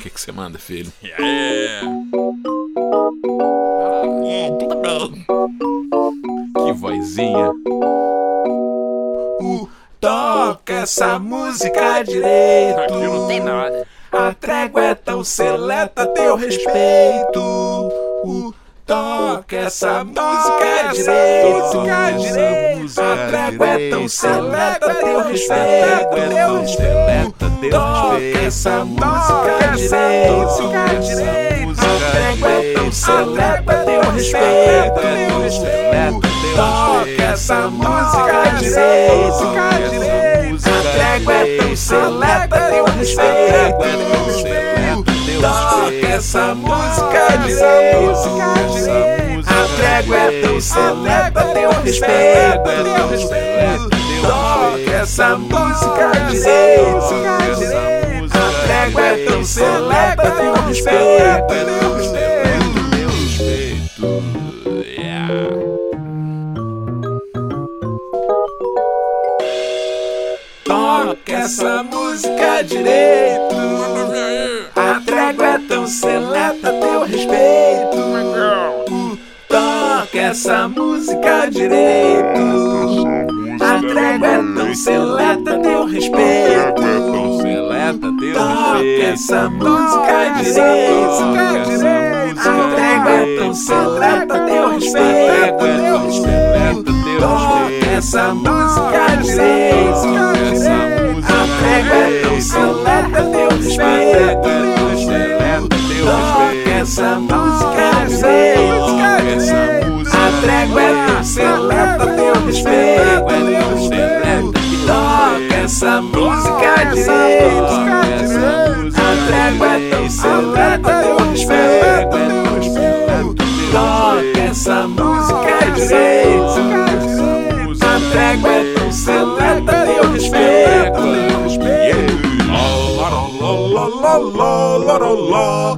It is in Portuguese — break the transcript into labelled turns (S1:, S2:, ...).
S1: que que você manda, filho? é, Que vozinha. O toca essa música direito.
S2: Aqui não tem nada.
S1: A trégua é tão seleta, teu respeito. O toca essa música direito. A trégua é tão seleta, teu respeito. Teu respeito. Toca essa música direito. A trégua é tão seleta, teu respeito. Teu respeito. Toca essa música direito. A trégua é tão seleta, teu respeito. Toca essa música direito. A trégua é tão seleta, teu respeito. Toca essa música direito. A trégua é teu seleta, teu respeito. Teu respeito. Teu respeito. Yeah. Toca essa música direito. A trégua é tão seleta, teu respeito. Toca essa música direito. A trégua é tão seleta, teu respeito. Toca essa música direito. A trégua é tão seleta, teu é respeito. Toca essa música direito. A trégua é tão seleta, teu respeito. Toca essa música direito. A trégua é tão seleta, teu é respeito. Toca essa música é direito. é A trégua é tão seleta, teu respeito. Toca essa música é direito. A trégua é tão seleta, teu respeito. La la la la la la